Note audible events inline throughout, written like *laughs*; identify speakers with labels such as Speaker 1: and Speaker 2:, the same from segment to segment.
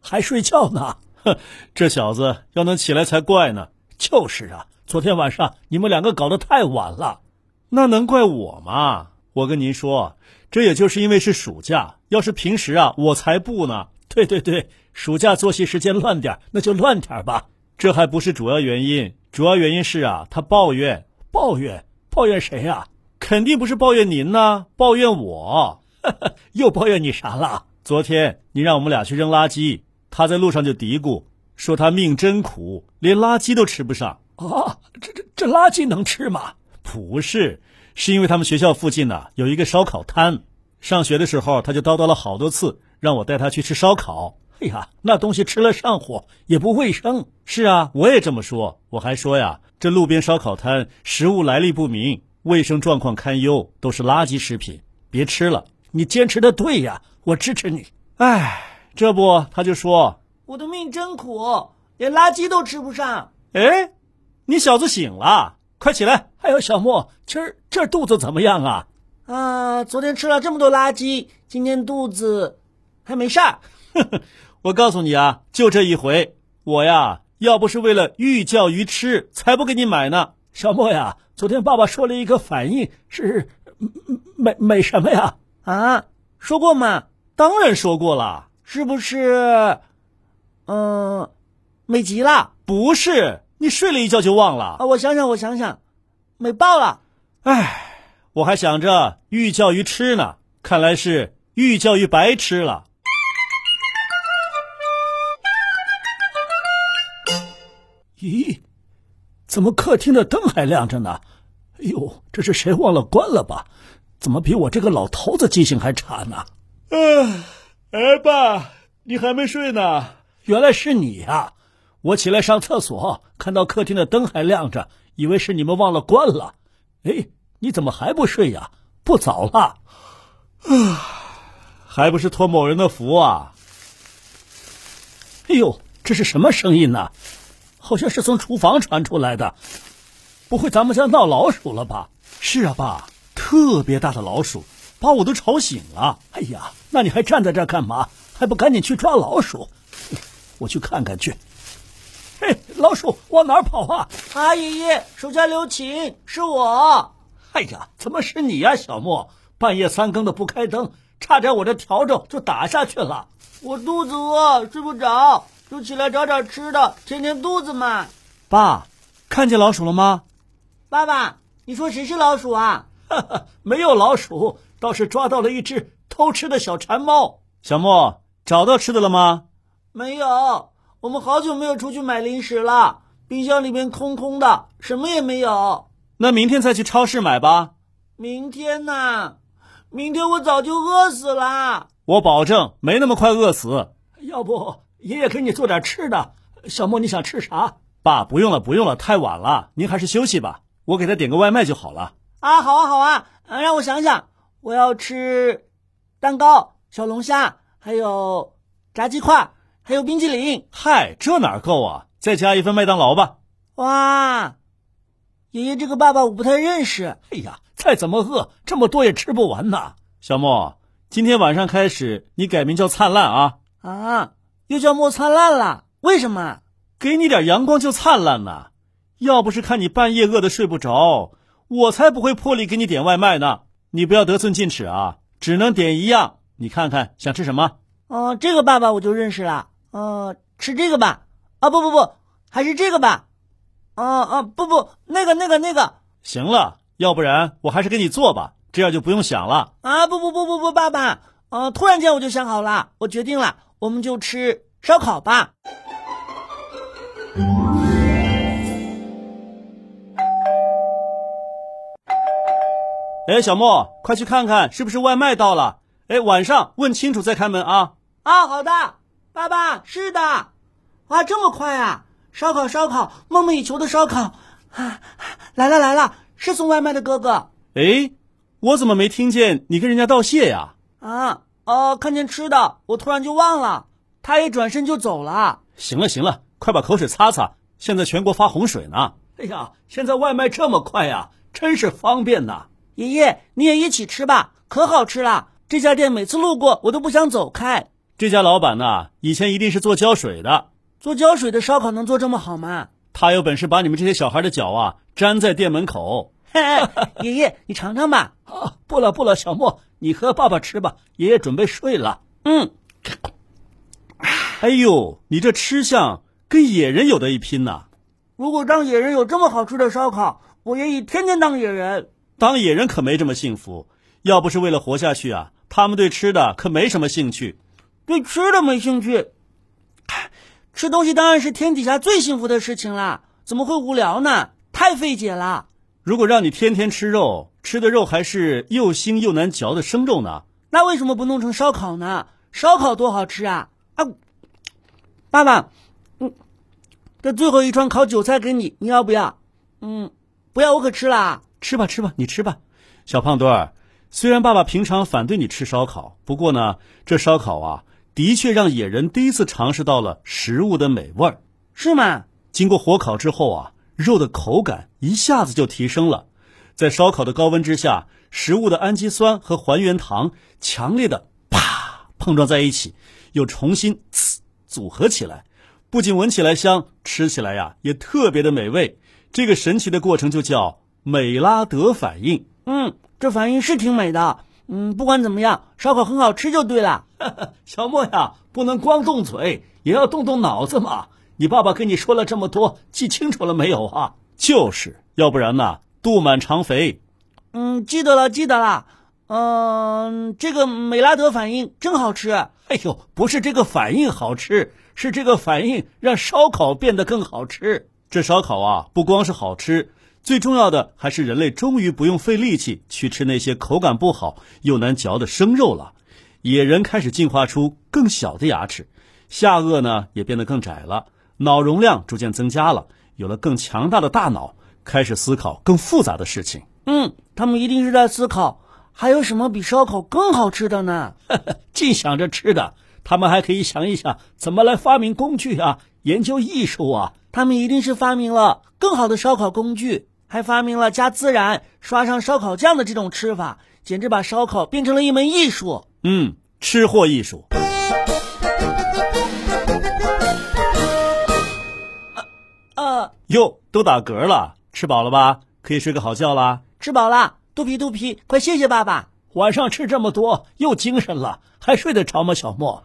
Speaker 1: 还睡觉呢？
Speaker 2: 哼， *laughs* 这小子要能起来才怪呢。
Speaker 1: 就是啊，昨天晚上你们两个搞得太晚了。
Speaker 2: 那能怪我吗？我跟您说，这也就是因为是暑假，要是平时啊，我才不呢。
Speaker 1: 对对对，暑假作息时间乱点，那就乱点吧。
Speaker 2: 这还不是主要原因，主要原因是啊，他抱怨，
Speaker 1: 抱怨，抱怨谁呀、啊？
Speaker 2: 肯定不是抱怨您呐、啊，抱怨我。 *laughs*
Speaker 1: 又抱怨你啥了？
Speaker 2: 昨天你让我们俩去扔垃圾，他在路上就嘀咕说他命真苦，连垃圾都吃不上。
Speaker 1: 啊，这这这垃圾能吃吗？
Speaker 2: 不是，是因为他们学校附近呢、啊、有一个烧烤摊，上学的时候他就叨叨了好多次，让我带他去吃烧烤。
Speaker 1: 哎呀，那东西吃了上火，也不卫生。
Speaker 2: 是啊，我也这么说，我还说呀，这路边烧烤摊食物来历不明，卫生状况堪忧，都是垃圾食品，别吃了。
Speaker 1: 你坚持的对呀，我支持你。
Speaker 2: 哎，这不，他就说
Speaker 3: 我的命真苦，连垃圾都吃不上。
Speaker 2: 哎，你小子醒了，快起来！
Speaker 3: 哎
Speaker 1: 还有小莫，今儿这肚子怎么样啊？
Speaker 3: 啊，昨天吃了这么多垃圾，今天肚子还没事
Speaker 2: *laughs*
Speaker 3: 儿。
Speaker 2: 我告诉你啊，就这一回，我呀，要不是为了寓教于吃，才不给你买呢。
Speaker 1: 小莫呀，昨天爸爸说了一个反应是
Speaker 2: 嗯
Speaker 1: 美美什么呀？
Speaker 3: 啊，说过吗？
Speaker 2: 当然说过了，
Speaker 3: 是不是？嗯、呃，美极了？
Speaker 2: 不是，你睡了一觉就忘了
Speaker 3: 啊！我想想，我想想，美爆了！
Speaker 2: 唉，我还想着寓教于吃呢，看来是寓教于白吃了。
Speaker 1: 咦，怎么客厅的灯还亮着呢？哎呦，这是谁忘了关了吧？怎么比我这个老头子记性还差呢？
Speaker 2: 哎，哎，爸，你还没睡呢？
Speaker 1: 原来是你呀、啊！我起来上厕所，看到客厅的灯还亮着，以为是你们忘了关了。哎，你怎么还不睡呀、啊？不早了，
Speaker 2: 还不是托某人的福啊！
Speaker 1: 哎呦，这是什么声音呢、啊？好像是从厨房传出来的。不会咱们家闹老鼠了吧？
Speaker 2: 是啊，爸。特别大的老鼠把我都吵醒了。
Speaker 1: 哎呀，那你还站在这干嘛？还不赶紧去抓老鼠？我去看看去。嘿，老鼠往哪儿跑啊？
Speaker 3: 啊，爷爷，手下留情，是我。
Speaker 1: 哎呀，怎么是你呀、啊，小莫？半夜三更的不开灯，差点我这笤帚就打下去了。
Speaker 3: 我肚子饿，睡不着，就起来找点吃的填填肚子嘛。
Speaker 2: 爸，看见老鼠了吗？
Speaker 3: 爸爸，你说谁是老鼠啊？
Speaker 1: 哈哈，没有老鼠，倒是抓到了一只偷吃的小馋猫。
Speaker 2: 小莫，找到吃的了吗？
Speaker 3: 没有，我们好久没有出去买零食了，冰箱里面空空的，什么也没有。
Speaker 2: 那明天再去超市买吧。
Speaker 3: 明天呐、啊，明天我早就饿死了。
Speaker 2: 我保证没那么快饿死。
Speaker 1: 要不爷爷给你做点吃的？小莫，你想吃啥？
Speaker 2: 爸，不用了，不用了，太晚了，您还是休息吧。我给他点个外卖就好了。
Speaker 3: 啊，好啊，好啊，啊，让我想想，我要吃蛋糕、小龙虾，还有炸鸡块，还有冰淇淋。
Speaker 2: 嗨，这哪够啊？再加一份麦当劳吧。
Speaker 3: 哇，爷爷这个爸爸我不太认识。
Speaker 1: 哎呀，再怎么饿，这么多也吃不完呐。
Speaker 2: 小莫，今天晚上开始你改名叫灿烂啊。
Speaker 3: 啊，又叫莫灿烂了？为什么？
Speaker 2: 给你点阳光就灿烂呐。要不是看你半夜饿得睡不着。我才不会破例给你点外卖呢！你不要得寸进尺啊，只能点一样。你看看想吃什么？
Speaker 3: 哦、呃，这个爸爸我就认识了。呃，吃这个吧。啊，不不不，还是这个吧。啊、呃、啊，不不，那个那个那个。
Speaker 2: 行了，要不然我还是给你做吧，这样就不用想了。
Speaker 3: 啊，不不不不不，爸爸，啊、呃，突然间我就想好了，我决定了，我们就吃烧烤吧。
Speaker 2: 哎，小莫，快去看看是不是外卖到了！哎，晚上问清楚再开门啊！
Speaker 3: 啊，好的。
Speaker 2: 爸爸，是的。哇，这么快啊！烧烤，烧烤，梦寐以求的烧烤，啊、来了来了，是送外卖的哥哥。
Speaker 4: 哎，我怎么没听见你跟人家道谢呀、
Speaker 2: 啊？啊，哦，看见吃的，我突然就忘了。他一转身就走了。
Speaker 4: 行了行了，快把口水擦擦，现在全国发洪水呢。
Speaker 1: 哎呀，现在外卖这么快呀、啊，真是方便呐！
Speaker 2: 爷爷，你也一起吃吧，可好吃了。这家店每次路过，我都不想走开。
Speaker 4: 这家老板呐，以前一定是做胶水的。
Speaker 2: 做胶水的烧烤能做这么好吗？
Speaker 4: 他有本事把你们这些小孩的脚啊粘在店门口。
Speaker 2: *laughs* 嘿爷爷，你尝尝
Speaker 4: *laughs*
Speaker 2: 吧。
Speaker 1: 啊，不了不了，小莫，你和爸爸吃吧，爷爷准备睡了。
Speaker 2: 嗯。
Speaker 4: 哎呦，你这吃相跟野人有的一拼呐、啊！
Speaker 2: 如果当野人有这么好吃的烧烤，我愿意天天当野人。
Speaker 4: 当野人可没这么幸福，要不是为了活下去啊，他们对吃的可没什么兴趣。
Speaker 2: 对吃的没兴趣，吃东西当然是天底下最幸福的事情啦，怎么会无聊呢？太费解了。
Speaker 4: 如果让你天天吃肉，吃的肉还是又腥又难嚼的生肉呢，
Speaker 2: 那为什么不弄成烧烤呢？烧烤多好吃啊！啊，爸爸，嗯，这最后一串烤韭菜给你，你要不要？嗯，不要，我可吃了。
Speaker 4: 吃吧，吃吧，你吃吧，小胖墩儿。虽然爸爸平常反对你吃烧烤，不过呢，这烧烤啊。的确让野人第一次尝试到了食物的美味儿，
Speaker 2: 是吗？
Speaker 4: 经过火烤之后啊，肉的口感一下子就提升了。在烧烤的高温之下，食物的氨基酸和还原糖强烈的啪碰撞在一起，又重新呲组合起来，不仅闻起来香，吃起来呀、啊、也特别的美味。这个神奇的过程就叫美拉德反应。
Speaker 2: 嗯，这反应是挺美的。嗯，不管怎么样，烧烤很好吃就对了。
Speaker 1: 小莫呀，不能光动嘴，也要动动脑子嘛。你爸爸跟你说了这么多，记清楚了没有啊？
Speaker 4: 就是要不然呢，肚满肠肥。
Speaker 2: 嗯，记得了，记得了。嗯、呃，这个美拉德反应真好吃。
Speaker 1: 哎呦，不是这个反应好吃，是这个反应让烧烤变得更好吃。
Speaker 4: 这烧烤啊，不光是好吃。最重要的还是人类终于不用费力气去吃那些口感不好又难嚼的生肉了，野人开始进化出更小的牙齿，下颚呢也变得更窄了，脑容量逐渐增加了，有了更强大的大脑，开始思考更复杂的事情。
Speaker 2: 嗯，他们一定是在思考还有什么比烧烤更好吃的呢？
Speaker 1: *laughs* 既想着吃的，他们还可以想一想怎么来发明工具啊，研究艺术啊。
Speaker 2: 他们一定是发明了更好的烧烤工具。还发明了加孜然、刷上烧烤酱的这种吃法，简直把烧烤变成了一门艺术。
Speaker 4: 嗯，吃货艺术。
Speaker 2: 呃，
Speaker 4: 哟、呃，都打嗝了，吃饱了吧？可以睡个好觉啦。
Speaker 2: 吃饱啦，肚皮肚皮，快谢谢爸爸。
Speaker 1: 晚上吃这么多，又精神了，还睡得着吗？小莫？
Speaker 4: 啊、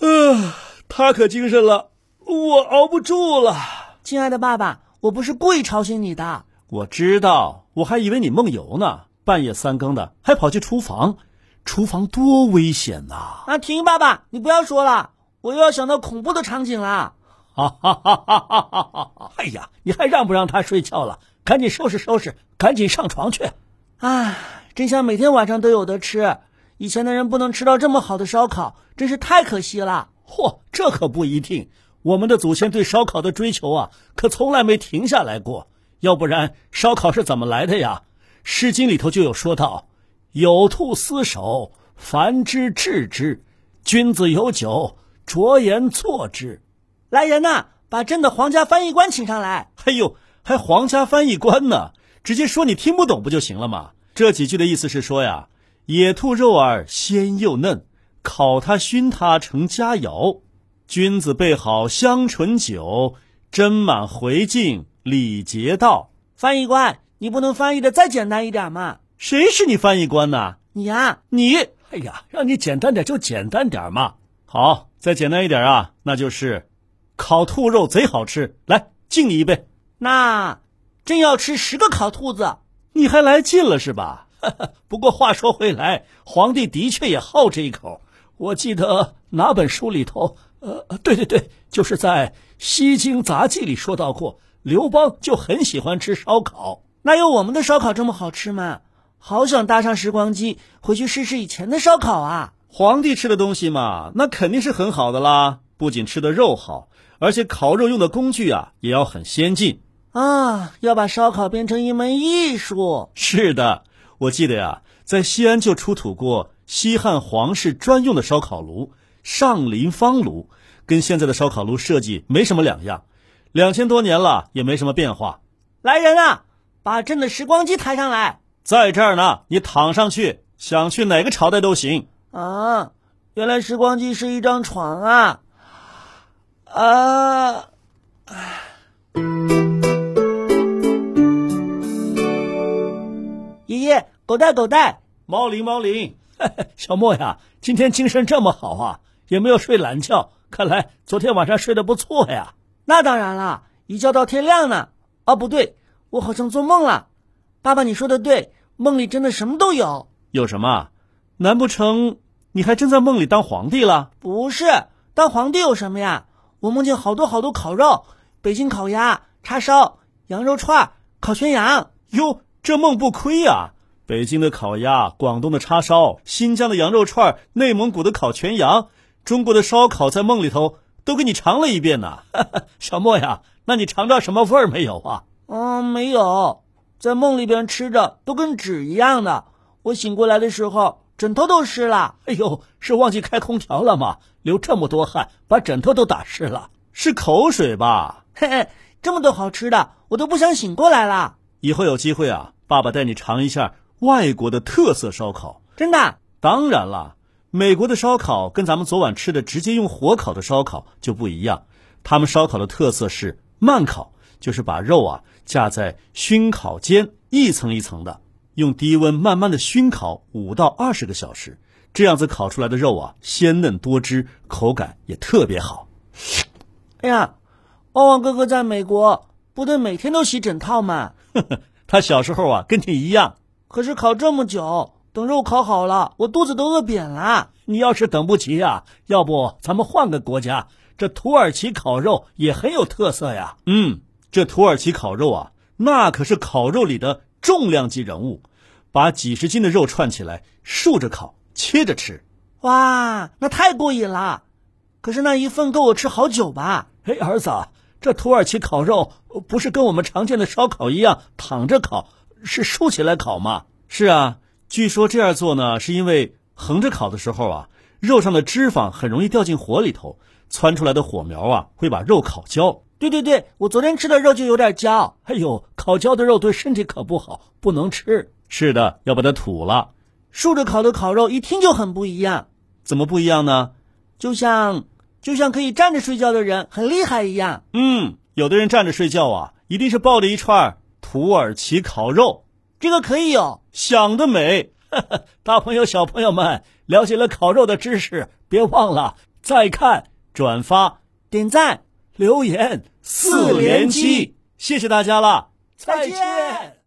Speaker 4: 呃，他可精神了，我熬不住了。
Speaker 2: 亲爱的爸爸。我不是故意吵醒你的，
Speaker 4: 我知道，我还以为你梦游呢，半夜三更的还跑去厨房，厨房多危险呐、啊！
Speaker 2: 啊，停，爸爸，你不要说了，我又要想到恐怖的场景了。
Speaker 1: 哈哈哈哈哈哈哈！ *laughs* 哎呀，你还让不让他睡觉了？赶紧收拾收拾，赶紧上床去！
Speaker 2: 啊，真想每天晚上都有的吃，以前的人不能吃到这么好的烧烤，真是太可惜了。
Speaker 1: 嚯，这可不一定。我们的祖先对烧烤的追求啊，可从来没停下来过。要不然，烧烤是怎么来的呀？《诗经》里头就有说到：“有兔丝首，繁之至之；君子有酒，酌言错之。”
Speaker 2: 来人呐、啊，把朕的皇家翻译官请上来！
Speaker 4: 哎呦，还皇家翻译官呢？直接说你听不懂不就行了吗？这几句的意思是说呀，野兔肉儿鲜又嫩，烤它熏它成佳肴。君子备好香醇酒，斟满回敬礼节道。
Speaker 2: 翻译官，你不能翻译的再简单一点吗？
Speaker 4: 谁是你翻译官呢？
Speaker 2: 你呀、啊，
Speaker 4: 你！
Speaker 1: 哎呀，让你简单点就简单点嘛。
Speaker 4: 好，再简单一点啊，那就是烤兔肉贼好吃，来敬你一杯。
Speaker 2: 那朕要吃十个烤兔子，
Speaker 4: 你还来劲了是吧？
Speaker 1: *laughs* 不过话说回来，皇帝的确也好这一口。我记得哪本书里头？呃，对对对，就是在《西京杂记》里说到过，刘邦就很喜欢吃烧烤。
Speaker 2: 哪有我们的烧烤这么好吃吗？好想搭上时光机回去试试以前的烧烤啊！
Speaker 4: 皇帝吃的东西嘛，那肯定是很好的啦。不仅吃的肉好，而且烤肉用的工具啊也要很先进。
Speaker 2: 啊，要把烧烤变成一门艺术。
Speaker 4: 是的，我记得呀、啊，在西安就出土过西汉皇室专用的烧烤炉——上林方炉，跟现在的烧烤炉设计没什么两样，两千多年了也没什么变化。
Speaker 2: 来人啊，把朕的时光机抬上来！
Speaker 4: 在这儿呢，你躺上去，想去哪个朝代都行。
Speaker 2: 啊，原来时光机是一张床啊！啊。爷爷，狗带狗带，
Speaker 4: 猫灵猫灵，
Speaker 1: *laughs* 小莫呀，今天精神这么好啊，也没有睡懒觉，看来昨天晚上睡得不错呀。
Speaker 2: 那当然啦，一觉到天亮呢。哦，不对，我好像做梦了。爸爸，你说的对，梦里真的什么都有。
Speaker 4: 有什么？难不成你还真在梦里当皇帝了？
Speaker 2: 不是，当皇帝有什么呀？我梦见好多好多烤肉，啊北京烤鸭、叉烧、羊肉串、烤全羊。
Speaker 4: 哟。这梦不亏呀、啊！北京的烤鸭，广东的叉烧，新疆的羊肉串，内蒙古的烤全羊，中国的烧烤，在梦里头都给你尝了一遍呢、 *laughs* 啊。小莫呀，那你尝到什么味儿没有啊？
Speaker 2: 嗯，没有，在梦里边吃着都跟纸一样的。我醒过来的时候，枕头都湿了。
Speaker 1: 哎呦，是忘记开空调了吗？流这么多汗，把枕头都打湿了。
Speaker 4: 是口水吧？
Speaker 2: 嘿嘿，这么多好吃的，我都不想醒过来了。
Speaker 4: 以后有机会啊，爸爸带你尝一下外国的特色烧烤。
Speaker 2: 真的？啊
Speaker 4: 当然啦，美国的烧烤跟咱们昨晚吃的直接用火烤的烧烤就不一样。他们烧烤的特色是慢烤，就是把肉啊架在熏烤间一层一层的，用低温慢慢的熏烤五到二十个小时，这样子烤出来的肉啊鲜嫩多汁，口感也特别好。
Speaker 2: 哎呀，旺旺哥哥在美国不得每天都洗枕套吗？
Speaker 4: 呵呵， *laughs* 他小时候啊，跟你一样。
Speaker 2: 可是烤这么久，等肉烤好了，我肚子都饿扁了。
Speaker 1: 你要是等不及啊，要不咱们换个国家？这土耳其烤肉也很有特色呀。
Speaker 4: 嗯，这土耳其烤肉啊，那可是烤肉里的重量级人物，把几十斤的肉串起来，竖着烤，切着吃。
Speaker 2: 哇，那太过瘾了！可是那一份够我吃好久吧？
Speaker 1: 哎，儿子。这土耳其烤肉不是跟我们常见的烧烤一样躺着烤，是竖起来烤吗？
Speaker 4: 是啊，据说这样做呢，是因为横着烤的时候啊，肉上的脂肪很容易掉进火里头，窜出来的火苗啊会把肉烤焦。
Speaker 2: 对对对，我昨天吃的肉就有点焦。
Speaker 1: 哎呦，烤焦的肉对身体可不好，不能吃。
Speaker 4: 是的，要把它吐了。
Speaker 2: 竖着烤的烤肉一听就很不一样。
Speaker 4: 怎么不一样呢？
Speaker 2: 就像。就像可以站着睡觉的人很厉害一样。
Speaker 4: 嗯，有的人站着睡觉啊，一定是抱着一串土耳其烤肉。
Speaker 2: 这个可以哦有，
Speaker 4: 想得美！ *laughs*
Speaker 1: 大朋友、小朋友们，了解了烤肉的知识，别忘了再看、转发、
Speaker 2: 点赞、
Speaker 1: 留言
Speaker 4: 四连击。谢谢大家啦！
Speaker 2: 再见。